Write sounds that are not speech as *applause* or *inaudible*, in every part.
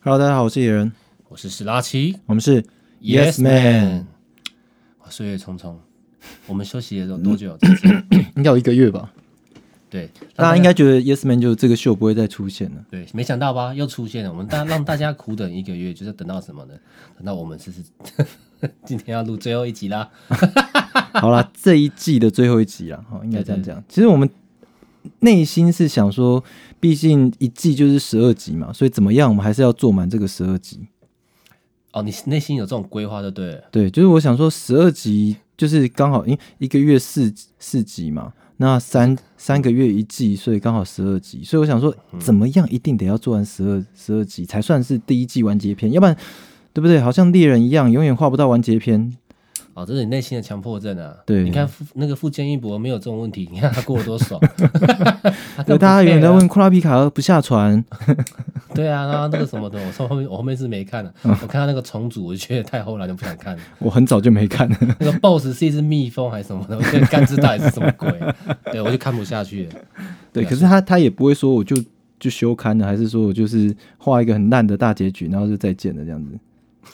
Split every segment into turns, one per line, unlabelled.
Hello，大家好，我是野人，
我是史拉奇
我们是 Yes Man
哇岁月匆匆，我们休息了多久？这次
应该有一个月吧。
对，
嗯大家应该觉得 Yes Man 就是这个秀不会再出现了。
对，没想到吧？又出现了，我们大让大家苦等一个月，就是等到什么呢？等到我们是是 *laughs* 今天要录最后一集啦。
好啦，这一季的最后一集啦，哦好，应该这样
对对
讲。其实我们内心是想说，毕竟一季就是十二集嘛，所以怎么样，我们还是要做满这个十二集。
哦，你内心有这种规划就对了。
对，就是我想说，十二集就是刚好，因为一个月四四集嘛，那三三个月一季，所以刚好十二集。所以我想说，怎么样一定得要做完十二十二集才算是第一季完结篇，要不然对不对？好像猎人一样，永远画不到完结篇。
哦，这是你内心的强迫症啊！
对
你看富那个富坚义博没有这种问题，你看他过得多
*laughs*
爽。他
对，
更不
大家有人
care
在
啊
问库拉皮卡尔不下船，
对啊，然后那个什么的，我从后面我后面是没看的，
嗯
我看到那个重组，我就觉得太后来就不想看了。
我很早就没看了。
那个 BOSS 是一只蜜蜂还是什么的，我觉得干知到底是什么
*laughs*
鬼，对我就看不下去了。
对，
对啊
可是他他也不会说我就就休刊了，还是说我就是画一个很烂的大结局，然后就再见了这样子。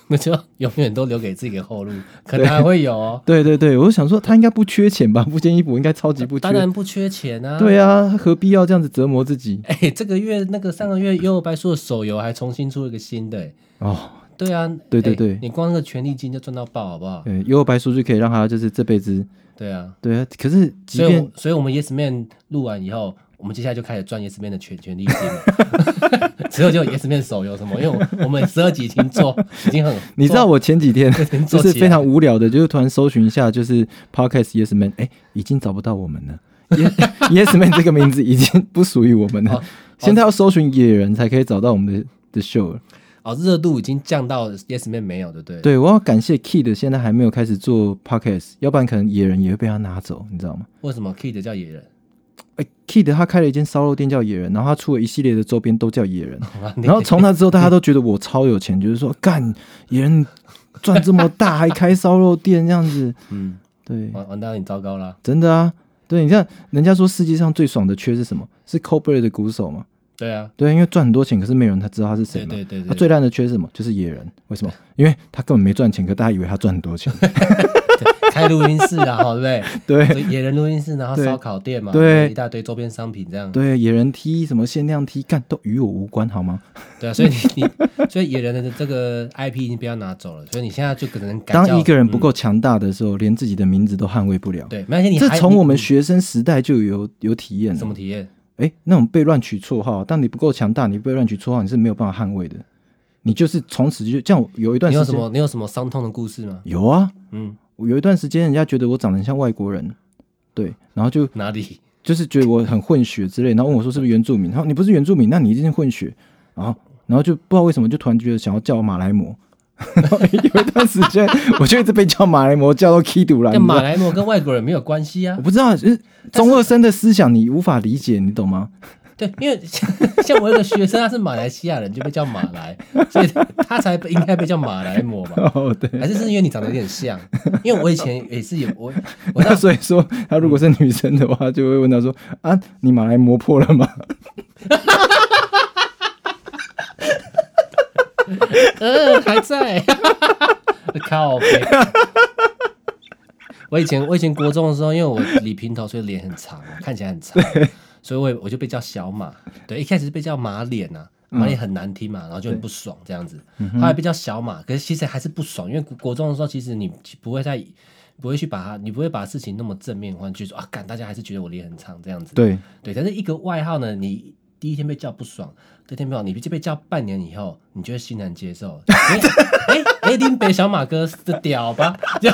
那就永远都留给自己的后路，可能还会有哦。
对对对，我就想说他应该不缺钱吧？不建议补，应该超级不缺。
当然不缺钱啊。
对啊，何必要这样子折磨自己？
哎、这个月那个上个月幽游白书的手游还重新出了一个新的、哎
哦，
对啊，
对对
哎
对
你光那个权利金就赚到爆，好不好？
对，幽游白书就可以让他就是这辈子
对啊，
对啊。可是即
所以
便
我所以我们 Yes Man 录完以后，我们接下来就开始赚 Yes Man 的权权利金了。
*laughs*
*laughs* 之后就有 Yes Man 手游什么，因为我我们十二集已经做，已经很
你知道我前几天
*laughs* 已经
就
做
是
起来
非常无聊的，就是突然搜寻一下，就是 Podcast Yes Man，哎，已经找不到我们了。Yes *laughs* Yes Man 这个名字已经不属于我们了
哦，
现在要搜寻野人才可以找到我们的的 show 了。
哦，热度已经降到 Yes Man 没有，对不对？
对，我要感谢 Kid 现在还没有开始做 Podcast，要不然可能野人也会被他拿走，你知道吗？
为什么 Kid 叫野人？ *laughs*
哎，Kid 他开了一间烧肉店叫野人，然后他出了一系列的周边都叫野人。
哇你
然后从那之后，大家都觉得我超有钱，就是说干野人赚这么大，还开烧肉店这样子，
嗯，
对，
完完蛋了，你糟糕啦！
真的啊，对你看人家说世界上最爽的缺是什么？是 Coldplay 的鼓手嘛？
对啊，
对，因为赚很多钱，可是没有人他知道他是啊谁
对
嘛。
对对
他
对，
最烂的缺是什么？就是野人，为什么？因为他根本没赚钱，可大家以为他赚很多钱。 *laughs*
对开录音室啊，哈，对不对？
对
所以野人录音室，然后
对
烧烤店嘛，
对
一大堆周边商品这样。
对，野人 T 什么限量 T，干都与我无关好吗？
对啊，所以你你所以野人的这个 IP 已经被他拿走了，所以你现在就可能改叫
当一个人不
嗯
够强大的时候，连自己的名字都捍卫不了。
对，没关系，你
这
还
从
你
我们学生时代就有有体验了
什。么体验？
哎，那种被乱取绰号，但你不够强大，你被乱取绰号，你是没有办法捍卫的。你就是从此就这样。有一段
你
时
有什
间
么你有什么伤痛的故事吗？
有啊，
嗯，
我有一段时间人家觉得我长得很像外国人，对，然后就
哪里？
就是觉得我很混血之类，然后问我说是不是原住民，然后你不是原住民，那你一定是混血，然后然后就不知道为什么就突然觉得想要叫我马来貘。 *laughs* 然后有一段时间，我就一直被叫马来貘，叫到 K 堵了。啊
但
你知道
*laughs* 马来貘跟外国人没有关系啊
我。不知道，就是中二生的思想你无法理解，你懂吗？ *laughs*
对，因为像 *laughs* 像我有个学生，他是马来西亚人，就被叫马来，所以他才应该被叫马来貘吧？
哦，对。
还是是因为你长得有点像？因为我以前也是有
*laughs*
我我
那
那
所以说，他如果是女生的话，就会问他说：“啊，你马来磨破了吗
呃还在， *laughs* 靠北。我以前我以前国中的时候，因为我理平头，所以脸很长，啊看起来很长，所以我也我就被叫小马。对，一开始是被叫马脸啊，马脸很难听嘛，然后就很不爽这样子。后来被叫小马，可是其实还是不爽，因为国国中的时候，其实你不会再不会去把它，你不会把事情那么正面化，就说啊，干大家还是觉得我脸很长这样子？”。
对，
对，但是一个外号呢，你第一天被叫不爽，第二天不爽，你就被叫半年以后，你就会欣然接
*laughs*
受。哎哎哎，林北小马哥的屌吧？ *laughs* 就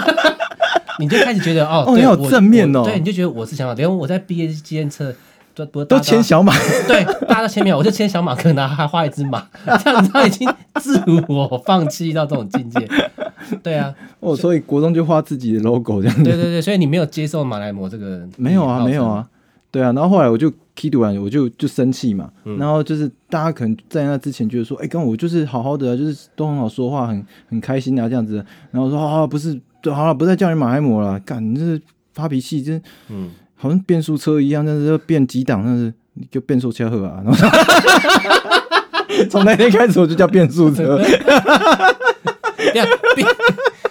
你就开始觉得哦，
哦
对
你好
我
正面哦
我对，你就觉得我是小马，连我在毕业纪念册都不
都牵，小马。
对，大家都签名，我就签小马哥，然后还画一只马，这样子他已经自我放弃到这种境界。对啊，”
哦，所以国中就画自己的 logo 这样
对
子。
对对，所以你没有接受马来模这个
没有啊，
号称
没有，啊，对啊。然后后来我就 K 读完，我就就生气嘛。
嗯
然后就是大家可能在那之前觉得说：“哎，刚我就是好好的啊，就是都很好说话，很很开心啊这样子。”然后我说：“好好，不是，对，好了，不再叫你马来貘了，干，你这发脾气，真
嗯。
好像变速车一样，但是要变几档，但是你就变速车喝啊。然后 *laughs* 从那天开始我就叫变速车，
*laughs* 变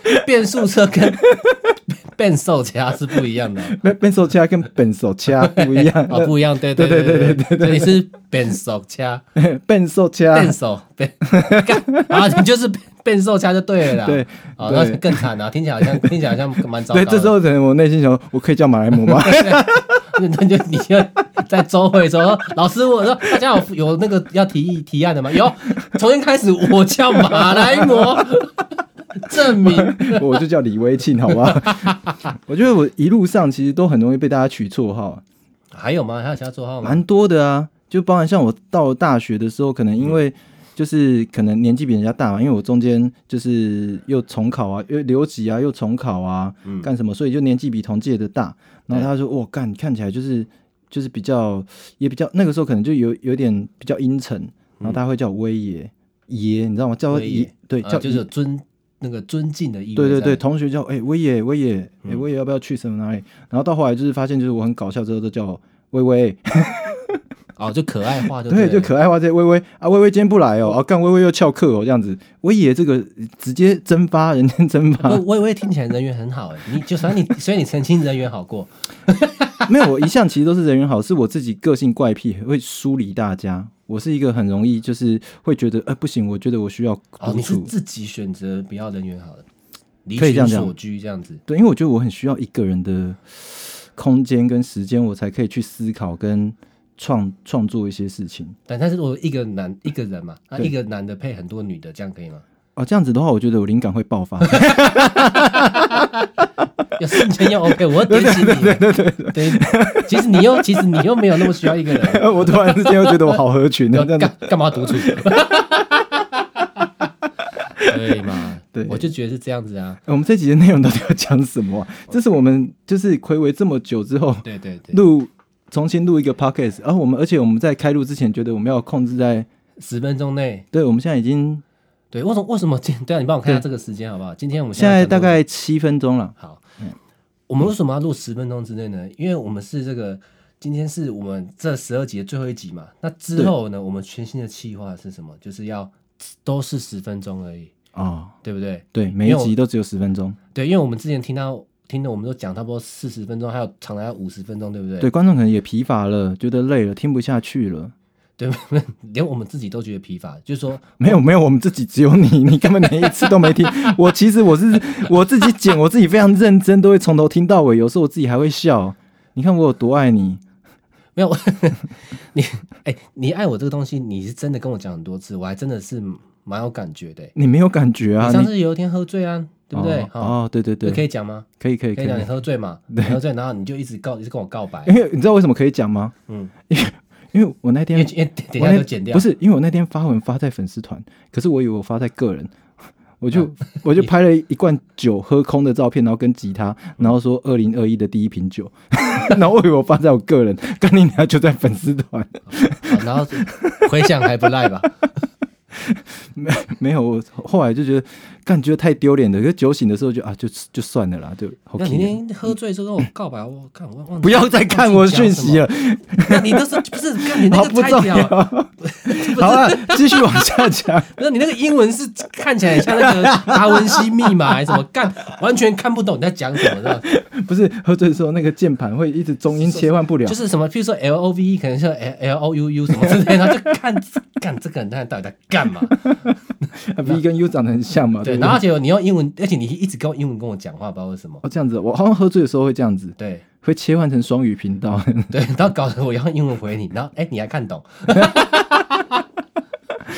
变 *laughs* 变速车跟变速车是不一样的。
变变速车跟变速车不 *laughs* 一样，
哦，不一样，对对
对
对
对
对对，你是变速车，
*laughs* 变速车，
变速变， *laughs* 干然后你就是变变速车就对了啦。
对
哦，
对
那更惨啊，听起来好
*laughs*
像听起来好像蛮糟糕
对，
的。
这时候可能我内心想，我可以叫马来姆吗？
*laughs* 那那就你就在周会说， *laughs* 老师，我说大家有有那个要提议提案的吗？有，从今开始我叫马来模， *laughs* 证明
*laughs* 我就叫李威庆，好
*laughs*
吧？我觉得我一路上其实都很容易被大家取绰号，
还有吗？还有其他绰号吗？
蛮多的啊。就包含像我到了大学的时候，可能因
嗯
为就是可能年纪比人家大嘛，因为我中间就是又重考啊，又留级啊，又重考啊，
嗯
干什么，所以就年纪比同届的大。然后他说：“哇，干看起来就是就是比较也比较那个时候可能就有有点比较阴沉，然后大家会叫我威爷爷，你知道吗？叫
嗯威爷
爷对
啊
叫
就是有尊那个尊敬的意味。
对对对，，同学叫哎、威
嗯
爷威爷哎、威爷要不要去什么哪里？然后到后来就是发现就是我很搞笑之后都叫我威威，
哦，就可爱
*laughs*
化就
对，
对，
就。可爱化这些微微啊，微微今天不来哦，啊，干微微又翘课哦，这样子，威爷这个呃直接蒸发，人间蒸
微
发，
微微听起来人缘很好哎、你就算你所以你曾经人缘
*laughs*
好过，
*laughs* 没有，我一向其实都是人缘好，是我自己个性怪癖，会疏离大家。我是一个很容易就是会觉得，呃，不行，我觉得我需要
哦，
独
你是
处，
自己选择不要人缘好的，离
可以这
群
样讲
所居这样子。
对，因为我觉得我很需要一个人的空间跟时间，我才可以去思考跟创创作一些事情。
但但是我一个男一个人嘛，那
对
一个男的配很多女的，这样可以吗？
哦，这样子的话，我觉得我灵感会爆发。 *laughs*
要瞬间要 OK，我要点醒你。对对对其实你又其实你又没有那么需要一个
*laughs*
人，
我突然之间又觉得我好合群，啊这
要
样子
干干嘛独处？ *laughs* 对嘛？
对
我就觉得是这样子啊。
欸我们这集的内容到底要讲什么啊、这是我们就是暌违这么久之后
对对对，
录重新录一个 podcast，然后我们而且我们在开录之前觉得我们要控制在，
十分钟内，
对我们现在已经
对，为什么为什么今 *laughs* 对啊？你帮我看一下这个时间好不好？今天我们
现在
在
大
讲多
概七分钟了，
好，我们为什么要录十分钟之内呢？因为我们是这个。今天是我们这十二集的最后一集嘛？那之后呢？我们全新的计划是什么？就是要都是十分钟而已，
哦，
对不对？
对，每一集都只有十分钟，
对，因为我们之前听到听的，我们都讲差不多四十分钟，还有长达五十分钟，对不对？
对，观众可能也疲乏了，觉得累了，听不下去了。
对， *laughs* 不对？连我们自己都觉得疲乏，就是说，
没有没有，我们自己只有你，你根本连一次都没听。我其实我是我自己剪，我自己非常认真，都会从头听到尾，有时候我自己还会笑。你看我有多爱你，
没有 *laughs* 你，哎、你爱我这个东西，你是真的跟我讲很多次，我还真的是蛮有感觉的、欸
你没有感觉啊？
你上
你
次有一天喝醉啊，对不对？
哦，
哦，
哦对对对
这，可以讲吗？
可以可以
可
可
以
以
讲，你，喝醉嘛？你喝醉，然后你就一直告，一直跟我告白
因，为你知道为什么可以讲吗？
嗯，
因为我那
因为
天
因为等等一
我
下
那
就剪掉，
不是因为我那天发文发在粉丝团，可是我以为我发在个人， *laughs* 我
啊
就、 *laughs* 我就拍了一罐酒喝空的照片，然后跟吉他，
嗯
然后说二零二一的第一瓶酒， *laughs* 然后我以为我发在我个人， *laughs* 跟你俩就在粉丝团， *laughs*
好然后回想还不赖吧？
没有，我后来就觉得感觉太丢脸了，可是酒醒的时候就啊就就算了啦，就好
那
可
你
怜。
那天喝醉之后跟我告白，我看我忘忘记
不要再看我讯息了，
那你那是不是看你
*laughs*
那
好
个
不
太
重
屌
要
了？。
*laughs* 好啊了，继续往下讲。 *laughs*
不是你那个英文是看起来像那个达文西密码还是什么，干完全看不懂你在讲什么，知道吗
不是喝醉的时候，那个键盘会一直中音切换不了
就。是什么，譬如说 L O V E 可能是 L L O U U 什么之类的，然后就看干这个人他到底在干嘛？
V 啊跟 U 长得很像嘛？
对，
对不对，
然后结果你用英文，而且你一直跟英文跟我讲话，不知道为什么。
哦这样子，我好像喝醉的时候会这样子，
对
会切换成双语频道。
对，然后搞得我要用英文回你，然后哎、你还看懂？ *laughs*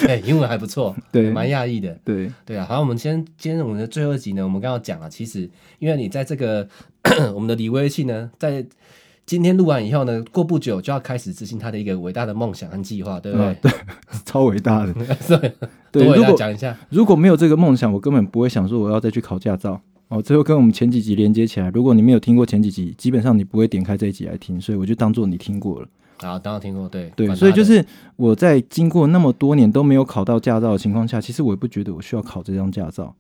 哎、英文还不错，
对
蛮讶异的。
对，
对啊，好，我们先今天我们的最后一集呢，我们刚刚讲了，其实因为你在这个 *coughs* 我们的李威信呢，在今天录完以后呢，过不久就要开始执行他的一个伟大的梦想和计划，对不对？
嗯对，超伟大的。
*laughs* 对，
对
多伟
如
大
果
讲一下，
如果没有这个梦想，我根本不会想说我要再去考驾照。哦，这又跟我们前几集连接起来。如果你没有听过前几集，基本上你不会点开这一集来听，所以我就当做你听过了。
好，啊当然听过，对
对，
管他
所以就
的
是我在经过那么多年都没有考到驾照的情况下，其实我也不觉得我需要考这张驾照。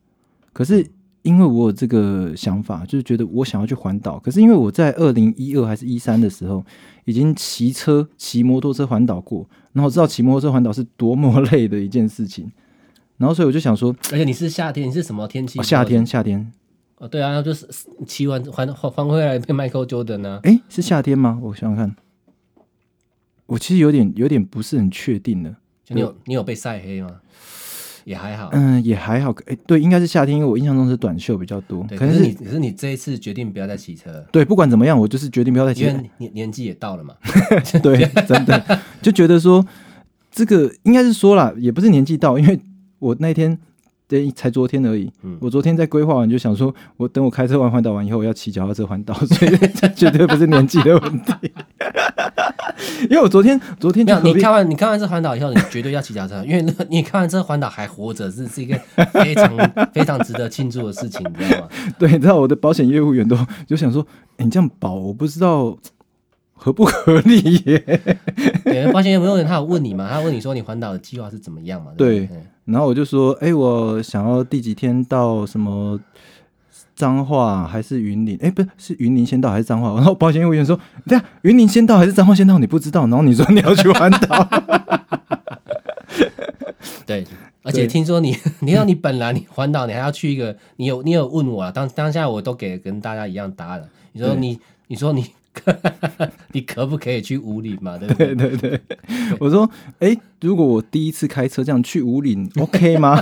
可是因为我有这个想法，就是觉得我想要去环岛，可是因为我在二零一二还是一三的时候，已经骑车、骑摩托车环岛过，然后我知道骑摩托车环岛是多么 *laughs* 累的一件事情，然后所以我就想说，
而且你是夏天，你是什么天气？
哦夏天，夏天，
哦，对啊，那就是骑完还还还回来变 Michael Jordan 啊呢、
诶，是夏天吗？我想想看，我其实有点有点不是很确定了。
就你有你有被晒黑吗？也还好，
嗯，也还好。哎、对，应该是夏天，因为我印象中是短袖比较多。
对。
可
可
能
是
是
你可是你这一次决定不要再骑车了，
对，不管怎么样，我就是决定不要再
因
骑。
为年年纪也到
*laughs*
了嘛。 *laughs*
对，真的就觉得说这个应该是说啦，也不是年纪到，因为我那天对才昨天而已。
嗯
我昨天在规划完就想说，我等我开车完环岛完以后，我要骑脚踏车环岛， *laughs* 所以这绝对不是年纪的问题。 *laughs* 因为我昨天昨天去
没有，
河
你
边
看完你看完这环岛以后，你绝对要骑脚踏车，因为那个你看完这环岛还活着，是是一个非常非常值得庆祝的事情，你知
*laughs*
道吗？
对，你知道我的保险业务员都就想说，诶你这样保，我不知道合不合理耶。
对，发现有没有人他有问你嘛？他问你说你环岛的计划是怎么样嘛？对不对，嗯
然后我就说，哎、我想要第几天到什么彰化还是云林？哎、不是，是云林先到还是彰化？然后保险业务员说，对啊，云林先到还是彰化先到？你不知道，然后你说你要去环岛， *laughs*
对。而且听说你， *laughs* 你说你本来你环岛，你还要去一个，你有你有问我啊，当当下我都给跟大家一样答案了。你说
对
你，你说你， *laughs* 你可不可以去五里嘛？对不对？
对对对，我说，哎、如果我第一次开车这样去五岭，OK 吗？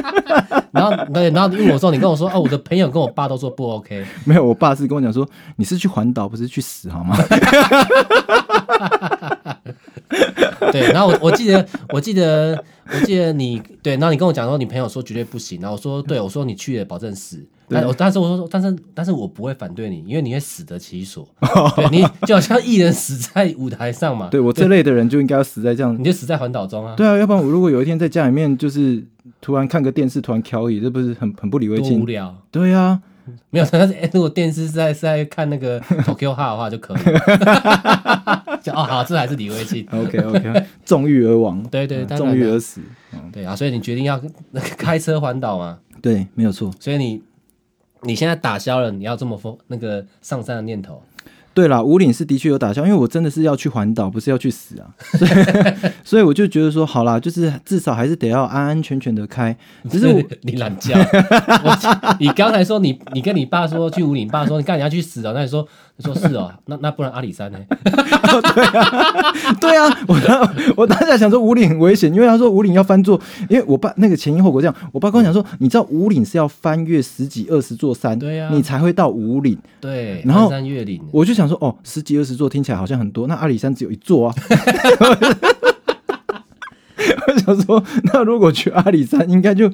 *laughs*
然后对，然后你问我说，你跟我说哦，我的朋友跟我爸都说不 OK。
没有，我爸是跟我讲说，你是去环岛，不是去死好吗？ *laughs*
对，然后我我记得我记得我记得你对，然后你跟我讲说你朋友说绝对不行，然后我说对，我说你去了保证死。但我但是我说，但是但是我不会反对你，因为你会死得
*laughs*
其所。对你就好像艺人死在舞台上嘛，
对我这类的人就应该要死在这样
你就死在环岛中啊，
对啊，要不然我如果有一天在家里面就是突然看个电视，突然挑椅，这不是很很不理会
多
劲
无？聊。
对啊，
没有，但是、哎，如果电视是在是在看那个 Tokyo h 的话就可以了。 *laughs* 就哦好，这还是李维庆。
OK OK，纵欲而亡，
对对，
嗯
当
纵
然
欲
了
而死，
对啊，所以你决定要开车环岛嘛？
对，没有错。
所以你你现在打消了你要这么疯那个上山的念头，
对啦，五岭是的确有打消，因为我真的是要去环岛，不是要去死啊，
*laughs*
所以所以我就觉得说，好啦，就是至少还是得要安安全全的开。只是我
你懒觉。我你刚才说你你跟你爸说去五岭，你爸说你干你要去死哦，那你说你说是哦，那那不然阿里山呢？
对啊，我当我当下想说五岭很危险，因为他说五岭要翻座，因为我爸那个前因后果这样，我爸跟我讲说，你知道五岭是要翻越十几二十座山，
对啊
你才会到五岭。
对，
然后
翻山越岭，
我就想说，哦，十几二十座听起来好像很多，那阿里山只有一座啊。 *laughs* 我想说，那如果去阿里山，应该就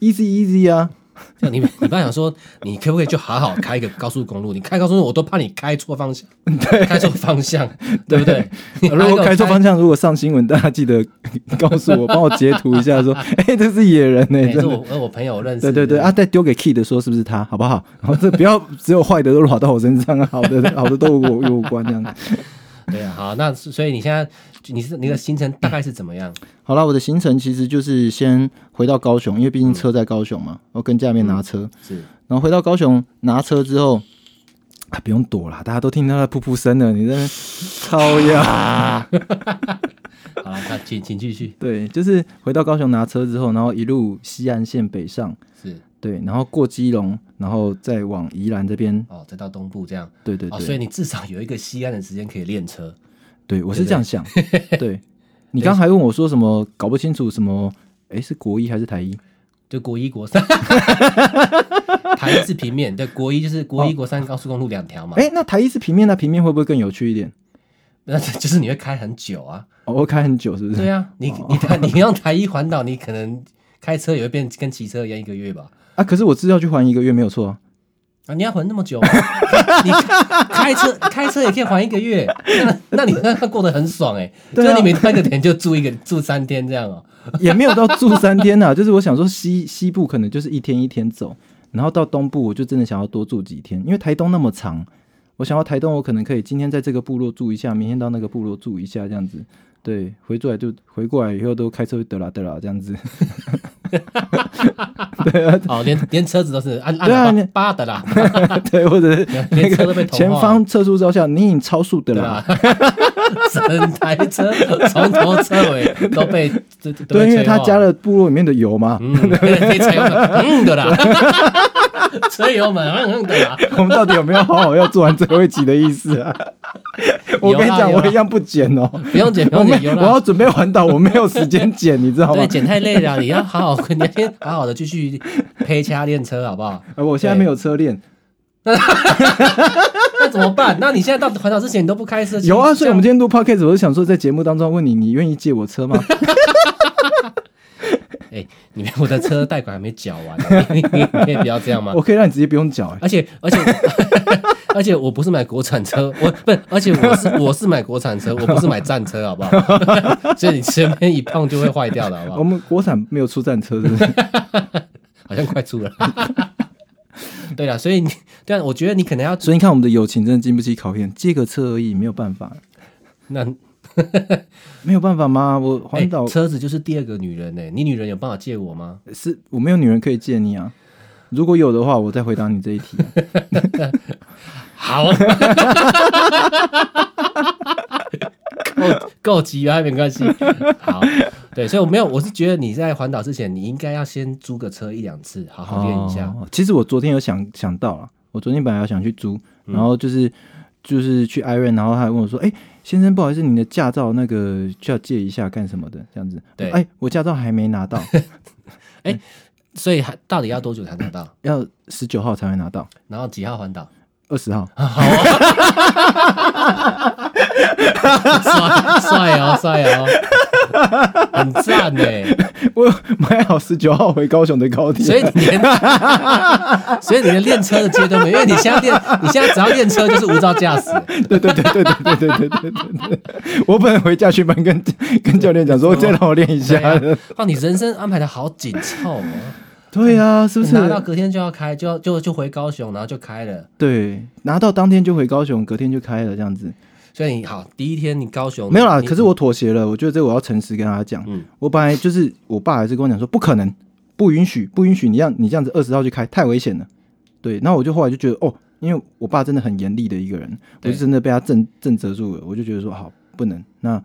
easy easy 啊。
就你你爸想说你可不可以就好好开一个高速公路？你开高速公路我都怕你开错方向，开错
*laughs*
方向，对不对？你
如
*laughs*
果开错方
向。
向，如果上新闻，大家记得告诉我，帮我截图一下， *laughs* 说，哎、这是野人呢、
哎这
真
我
的。
我朋友认识，
对对对啊！再丢给 Kid 说是不是他，好不好？然后这不要 *laughs* 只有坏的都落到我身上，好的 *laughs* 好的都我有关这样。
对啊，好，那所以你现在你是你的行程大概是怎么样？
好啦，我的行程其实就是先回到高雄，因为毕竟车在高雄嘛，我跟家里面拿车。
是
然后回到高雄拿车之后，啊，不用躲啦，大家都听到他噗噗声了，你在那靠
*laughs*
呀！
好了，那请请继续。
对，就是回到高雄拿车之后，然后一路西岸线北上，
是
对，然后过基隆，然后再往宜兰这边，
哦，再到东部这样。
对对
哦，所
对，
以你至少有一个西安的时间可以练车。
对我是这样想。
*laughs*
对，你刚刚还问我说什么搞不清楚什么，诶，是国一还是台一？
就国一国三，
*laughs*
台一是平面，对，国一就是国一国三高速公路两条嘛，
哦诶，那台一是平面，那平面会不会更有趣一点？
那就是你会开很久啊，
哦，我开很久是不是？
对啊，你你台 *laughs* 你用台一环岛，你可能开车也会变跟骑车一样一个月吧，
啊，可是我资料去还一个月没有错啊。
啊， *laughs* 你要环那么久吗？你开车开车也可以环一个月，那那你那过得很爽哎、欸，
对啊
就你每开个点就住一个住三天这样
*laughs*
哦、
也没有到住三天呐、 *laughs* 就是我想说西西部可能就是一天一天走，然后到东部我就真的想要多住几天，因为台东那么长，我想要台东我可能可以今天在这个部落住一下，明天到那个部落住
*laughs*
一下这样子。对，回过来就回过来以后都开车得啦得啦这样子，
哦，连连车子都是按
对啊
按
你
喇叭叭的啦，
对，或者是那
连车都被
个
同化
前方测速照相，你已超速的
对啊
啦
吧。？ *laughs* 整台车从头车尾都被都都被
对，因为他
催化
加了部落里面的油嘛， *laughs*
嗯，可以踩油门，嗯的啦， *laughs* 车油门，嗯嗯的啦。
我们到底有没有好好要做完最后一集的意思
*laughs*
啊？我跟你讲，
有啦
我一样不剪哦，
*laughs* 不用剪，不
我
用
没
剪，有
我
啦
要。准备环岛，我没有时间剪，你知道吗
对，？剪太累了，你要好好，你要先好好的继续陪掐练车，好不好？ *laughs*
呃我现在
对
没有车链，
那怎么办？那你现在到环岛之前你都不开车？
有啊，
这
所以我
样
们今天录 podcast，我就想说，在节目当中问你，你愿意借我
*laughs*
车吗？
哎、你们我的车贷款还没缴
*laughs*
完、你你你可以不要这样吗？
我可以让你直接不用缴、欸，
而且而且 *laughs* 而且我不是买国产车，我不是，而且我是我是买国产车，我不是买战车，好 *laughs* 不好？所以你前面一碰就会坏掉的，好不
我
好？
们国产没有出战车，是
*laughs*
不是？
好像快出了。 *laughs* 对了，所以你对啊，我觉得你可能要
所以你看，我们的友情真的经不起考验，借个车而已，没有办法，
那
没有办法吗？我
哎
环岛、
车子就是第二个女人呢、你女人有办法借我吗？
是我没有女人可以借你啊。如果有的话，我再回答你这一题、啊。
好， *laughs* 够够急啊，没关系。好，对，所以我没有，我是觉得你在环岛之前，你应该要先租个车一两次，好好练一下。
哦其实我昨天有想想到了，我昨天本来要想去租，然后就是、就是去 Iron，然后他还问我说：“哎、先生，不好意思，你的驾照那个需要借一下干什么的？”这样子。
对
哎、我驾照还没拿到，
所以还到底要多久才拿到？
要十九号才会拿到，
然后几号环岛？
二十号。
帅帅哦，帅哦，很赞呢。
我买好十九号回高雄的高铁，
所以你
*laughs*
连，所以你连练车的阶段没有，因为你现在练，你现在只要练车就是无照驾驶。
对对对对对对对对对对对，我本来回家去班跟跟教练讲说，再让我练一下。
对啊，哇，你人生安排的好紧凑哦。
对啊， *laughs* 是不是？
拿到隔天就要开，就要就就回高雄，然后就开了。
对，拿到当天就回高雄，隔天就开了这样子。
所以你好，第一天你高雄
没有啦，
你
可是我妥协了。我觉得这我要诚实跟他讲，
嗯
我本来就是我爸还是跟我讲说，不可能，不允许，不允许你让你这样子二十号去开，太危险了。对，那我就后来就觉得哦，因为我爸真的很严厉的一个人，我
对
就真的被他震震慑住了。我就觉得说好，不能，那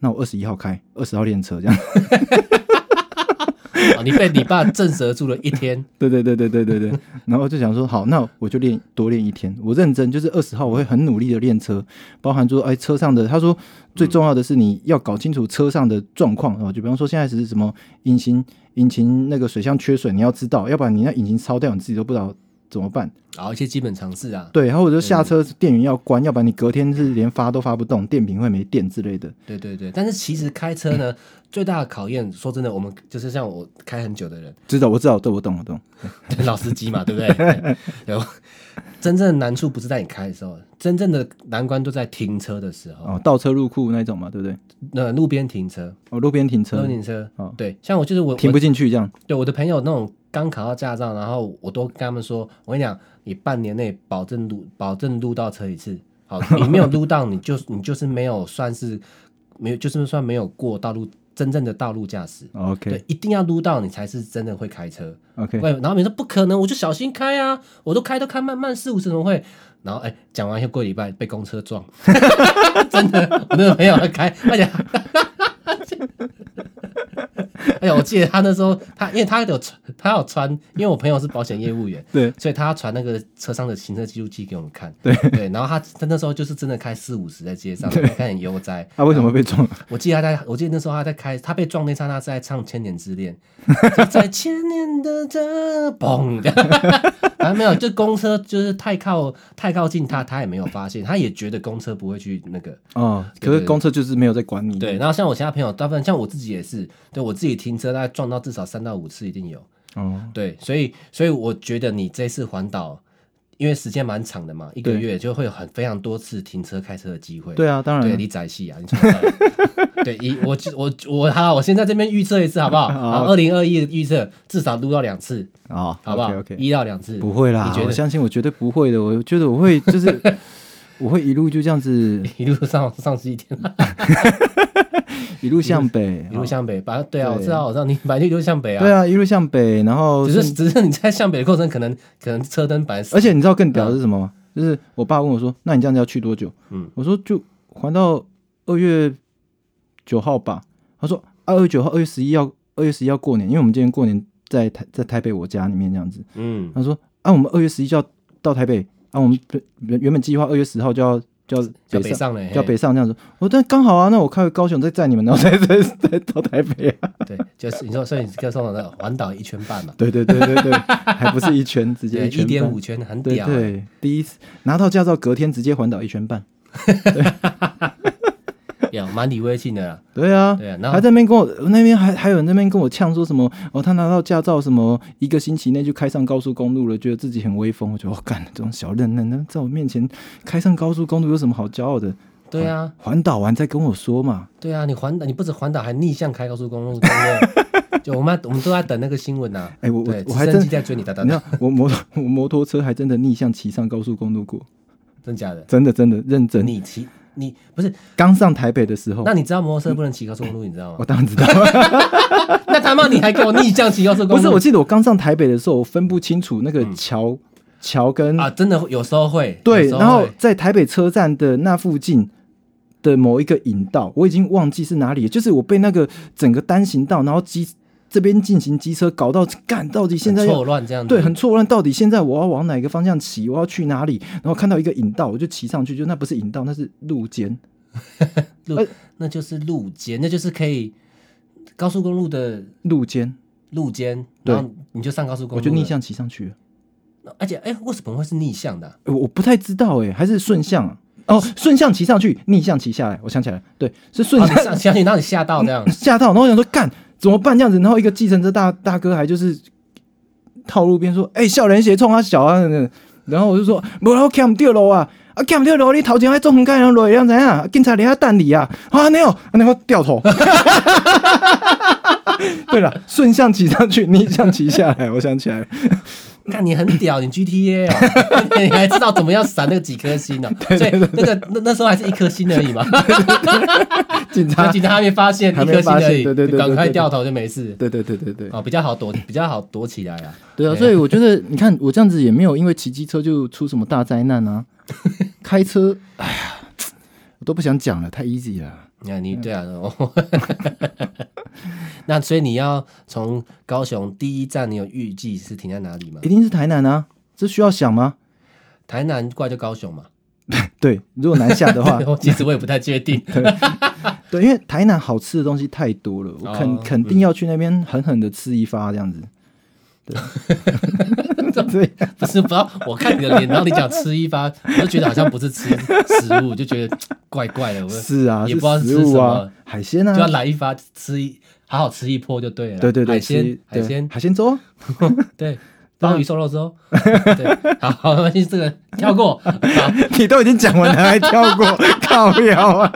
那我二十一号开，二十号练车这样。
啊你被你爸震慑住了一天，
对对对对对 *laughs* 对对，然后就想说，好，那我就练多练一天，我认真，就是二十号我会很努力的练车，包含说，哎，车上的，他说最重要的是你要搞清楚车上的状况哦，就比方说现在是什么引擎引擎那个水箱缺水，你要知道，要不然你那引擎烧掉，你自己都不知道怎么办。
然后一些基本常识啊，
对，然后我就下车电源要关，要不然你隔天是连发都发不动，电瓶会没电之类的。
对对对。但是其实开车
*laughs*
呢，最大的考验，说真的，我们就是像我开很久的人， *laughs*
知道，我知道，这我懂，我懂。
老司机嘛，对不
*laughs*
对？有真正的难处不是在你开的时候，真正的难关都在停车的时候，
哦，倒车入库那种嘛，对不对？
那路边停车，
哦，路边停
路
车
边停车
哦，
对，像我就是我
停不进去这样。
对我的朋友那种刚考到驾照，然后我都跟他们说，我跟你讲，你半年内保证撸保证撸到车一次，好，你没有撸到，你就你就是没有算是没有，就是算没有过道路真正的道路驾驶。
OK
对，一定要撸到你才是真的会开车。
OK，
对，然后你说不可能，我就小心开啊，我都开都开慢慢四五十怎么会？然后哎，讲完又过礼拜被公车 *laughs* 撞，真的，我那个朋友他开，而且。 *laughs* 哎呀，我记得他那时候，他因为他有传，他有传，因为我朋友是保险业务员，
对
所以他传那个车上的行车记录器给我们看。对对，然后他他那时候就是真的开四五十在街上，他很悠哉。
他啊为什么被撞？
*laughs* 我记得他在，我记得那时候他在开，他被撞那刹那是在唱《千年之恋》， *laughs* 就在千年的这嘣， *laughs* 啊没有，就公车就是太靠太靠近他，他也没有发现，他也觉得公车不会去那个。
哦，可
对
是
对
公车就是没有在管你。
对，然后像我其他朋友，大部分像我自己也是，对我自己停车大概撞到至少三到五次一定有。
哦，
对，所以所以我觉得你这次环岛，因为时间蛮长的嘛，一个
对
月就会有很非常多次停车开车的机会。
对啊，当
*laughs* 对
然
你仔细啊，你从哪 *laughs* 对，一我我我好，我先在这边预测一次好
*laughs*
不好？好，二零二一预测至少录到两次，
啊
好不好
OK，
一到两次，
不会啦
你觉，得 *laughs*
我相信我绝对不会的，我觉得我会就是我会一路就这样子，
一路上上是一天，
一路向北，
一路
啊
向北，把对啊，
对
我知道，我知道，你本来就一路向北啊，
对，啊，一路向北，然后
只是只是你在向北的过程，可能可能车灯本来是
而且你知道更屌的是什么吗？就是我爸问我说：“那你这样子要去多久？”
嗯
我说：“就还到二月九号吧。”他说：“啊，二月九号、二月十一要二月十一要过年，因为我们今年过年在台在台北我家里面这样子。”
嗯，
他说：“啊，我们二月十一就要到台北啊，我们原原本计划二月十号就要就要
叫
北
北
上。”
上嘞，嘿
叫北上这样子，我说但刚好啊，那我开回高雄再载你们，然后再再 *laughs* 再到台北啊。
对，就是你说，所以你跟宋老的环岛一圈半嘛，
对对对对对，还不是一圈直接
对，
一圈
一点
半
五圈很
对
屌欸，
对，第一次拿到驾照，隔天直接环岛一圈半。
有蛮理威信的啦，
对啊，
对啊然后
还在那边跟我那边还还有人在那边跟我呛说什么哦，他拿到驾照什么一个星期内就开上高速公路了，觉得自己很威风。我觉得我干、这种小嫩嫩的在我面前开上高速公路有什么好骄傲的？
对啊，
环岛完再跟我说嘛。
对啊，你环岛，你不止环岛，还逆向开高速公路，对不
*laughs*
对？就我们我们都在等那个新闻呐，
哎我我
对
我
直
还
升
真
机在追你，哒哒
你知
哒
道，我 *laughs* 摩托我摩托车还真的逆向骑上高速公路过，
真假的？
真的真的认真。
你骑你不是？
刚上台北的时候
那，你知道摩托车不能骑高速公路，你知道
哦我
吗？
当然知道。
*laughs* 那他妈你还给我逆向骑高速公路？
不是，我记得我刚上台北的时候，我分不清楚那个桥桥、跟、
嗯啊，真的会有时候会
对，
有时候
然后
会
在台北车站的那附近的某一个引道，我已经忘记是哪里了，就是我被那个整个单行道，然后机这边进行机车搞到干，到底现在
很错
要。
乱这样子，
对，很错乱。到底现在我要往哪个方向骑？我要去哪里？然后看到一个引道，我就骑上去，就那不是引道，那是路肩。哎
路那就是路肩，那就是可以高速公路的
路肩，
路肩，
对
然后你就上高速公
我
路，
就逆，向骑上去了。
而且哎，为什么会是逆向的啊？
呃我不太知道哎、还是顺向、啊、哦，顺向骑上去，逆向骑下来。我想起来了，对，是顺
哦
向，
你上相信让你吓到这样
吓到，然后我想说干怎么办这样子，然后一个计程车大大哥还就是套路边说，哎、少年鞋冲他小啊，然后我就说，无啦，我 cam 掉楼啊，啊 cam 掉楼，你头前还中横街人落样怎样？警察在遐等你啊，啊没有，然后掉头。 *laughs* 对了，顺向骑上去，逆向骑下来，我想起来了，
看你很屌，你 GTA
*laughs*
哦，你还知道怎么样闪那个几颗星呢？所以那个那那时候还是一颗星而
*laughs*
已嘛，
警
那
察，
警察还没发现一
还没
颗星
发现
而已，
对对对
就赶
对
快
对对
掉头就没事
对对对对对，
哦，比较好躲，比较好躲起来啊。
对啊，所以我觉得你看我这样子也没有因为骑机车就出什么大灾难
*laughs*
啊，开车，哎呀，我都不想讲了，太 easy 了。
那你
嗯
对啊，哦 *laughs* 那所以你要从高雄第一站，你有预计是停在哪里吗
一？定是台南啊，这需要想吗？
台南过来就高雄嘛？，
对，如果南下的话
*laughs* 我其实我也不太确定。
对，因为台南好吃的东西太多了，我肯
哦
肯定要去那边狠狠的吃一发这样子。
*laughs*
对，对，
不是，不要我看你的脸，然后你讲吃一发，我就觉得好像不是吃食物，就觉得怪怪的。我就是
啊，
也不知道
是
吃
食物
什
啊
么，
海鲜啊
要，来一发吃一，好好吃一波就对了。
对对对，
海鲜
吃
海
对
鲜
海鲜粥 *laughs* 啊，
对，鲍鱼瘦
*laughs*
肉粥。对，好，好， *laughs* 没关系，这个跳过。好
你都已经讲完了还跳过， *laughs* 靠腰啊！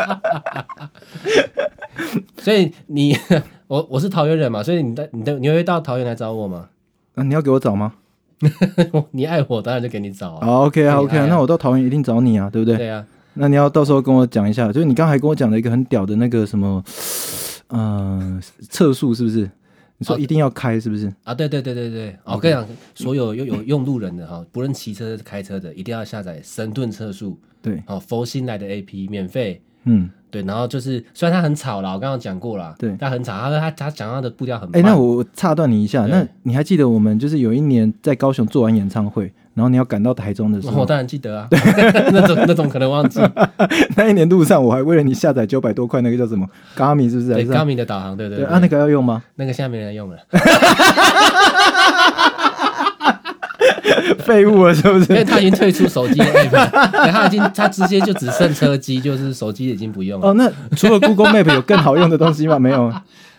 所以你 *laughs* 我我是桃园人嘛，所以你到你到你会到桃园来找我吗？ *laughs*
啊你要给我找吗？
你爱我，当然就给你找啊。
好，OK 啊
可以
，OK
来
啊，
啊
那我到桃园一定找你啊，对不对？
对啊，
那你要到时候跟我讲一下，就是你刚才跟我讲的一个很屌的那个什么，呃，测速是不是？你说一定要开是不是？
啊，对对对对对，哦我跟你讲，所有有有用路人的哈，不论骑车开车的，一定要下载神盾测速
对，
哦，佛心来的 A P 免费。
嗯，
对，然后就是虽然它很吵啦，我刚刚讲过啦，
对
它很吵，它它它讲话的步调很慢。
哎、那我岔断你一下，
对
那你还记得我们就是有一年在高雄做完演唱会，然后你要赶到台中的时
我、
候，
当然记得啊， *laughs* 那种那种可能忘记。
*laughs* 那一年路上我还为了你下载九百多块那个叫什么 Gami 是不是？还
对，
是
高明的导航，对对
对
对，
啊，那个要用吗？ *laughs*
那个现在没人用了，
废物了是不
因为
是？
*laughs* 他已经退出手机的 app，了 *laughs* 对他已经他直接就只剩车机，就是手机已经不用了。
哦，那除了 Google Map 有更好用的东西吗？没有。，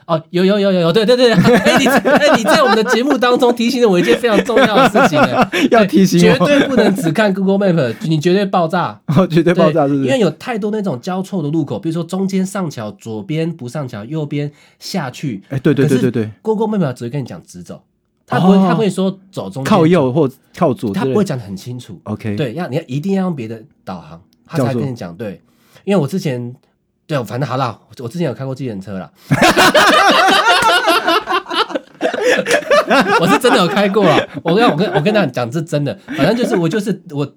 哦，有有有有有，对对 *laughs* 对，哎、你哎、你在我们的节目当中提醒了我一件非常重要的事情呢
*laughs* 要提醒
对
我
绝对不能只看 Google Map，你绝对爆炸。
哦，绝对爆炸是不
因为
是？
有太多那种交错的路口，比如说中间上桥，左边不上桥，右边下去。
哎对对
可是
对对对
，Google Map 只会跟你讲直走，他不会、
哦
他会说走中间
靠，右或靠左之
他
类的
不会。讲的很清楚。
OK，
对，要你要一定要用别的导航，他才
教授
跟你讲对，因为我之前对，反正好啦，我我之前有开过计程车啦， *laughs* 我是真的有开过啊，我跟我跟我跟他讲，这真的，反正就是我就是我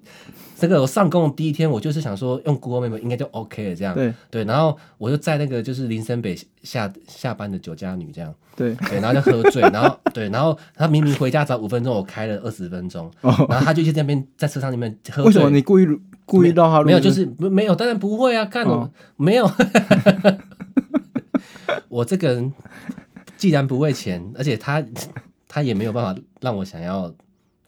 这个我上工的第一天，我就是想说用 Google Map 应该就 OK 了这样，
对
对，然后我就在那个就是林森北下下班的酒家女这样， *laughs*
对，
对，然后就喝醉，然后对，然后他明明回家早五分钟，我开了二十分钟，
哦
然后他就一直在那边在车上里面喝醉。
为什么你故意故意绕他路？
没有？就是没没有，当然不会啊，看我、
哦
没有， *laughs* 我这个人既然不为钱，而且他他也没有办法让我想要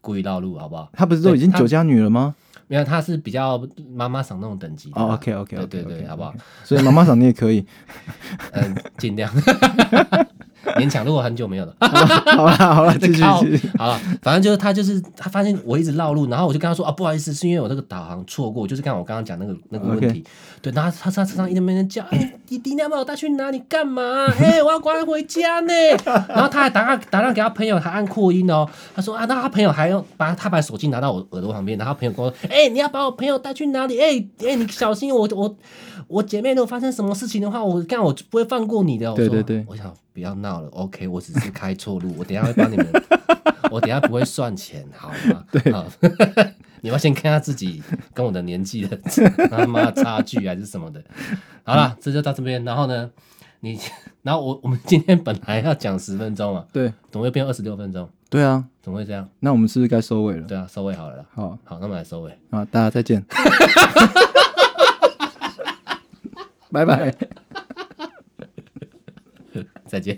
故意绕路，好不好？
他不是都已经
对他
酒家女了吗？
没有，他是比较妈妈嗓那种等级的
哦
啦
，OK，OK，OK，OK，
对对对
OK，
好不好？
所以妈妈桑你也可
*laughs*
以，
嗯，尽量 *laughs* 勉强，如果很久没有了。
好啦好啦，继续
靠
继续，
好了，反正就是他，就是他发现我一直绕路，然后我就跟他说啊，不好意思，是因为我这个导航错过，就是刚刚我刚刚讲那个那个问题。对，然后他他车上一直在那边叫，哎，弟弟，你要把我带去哪里干嘛？哎、我要赶快回家呢。然后他还打电话打电话给他朋友，还按扩音哦。他说啊，那他朋友还用把他把手机拿到我耳朵旁边，然后他朋友跟我说，哎、你要把我朋友带去哪里？哎、哎、你小心我我我姐妹如果发生什么事情的话，我干我不会放过你的。我说
对对对
我想不要闹了，OK，我只是开错路，我等一下会帮你们，我等一下不会算钱，好吗？对，好你要先看下自己跟我的年纪的他妈的差距还是什么的。好啦，这就到这边，然后呢，你，然后我我们今天本来要讲十分钟嘛，啊
对
怎么又变二十六分钟？
对啊，
怎么会这样？
那我们是不是该收尾了？
对啊，收尾好了啦。
好
好，那我们来收尾。
啊，大家再
*laughs*
见，拜拜。
再见。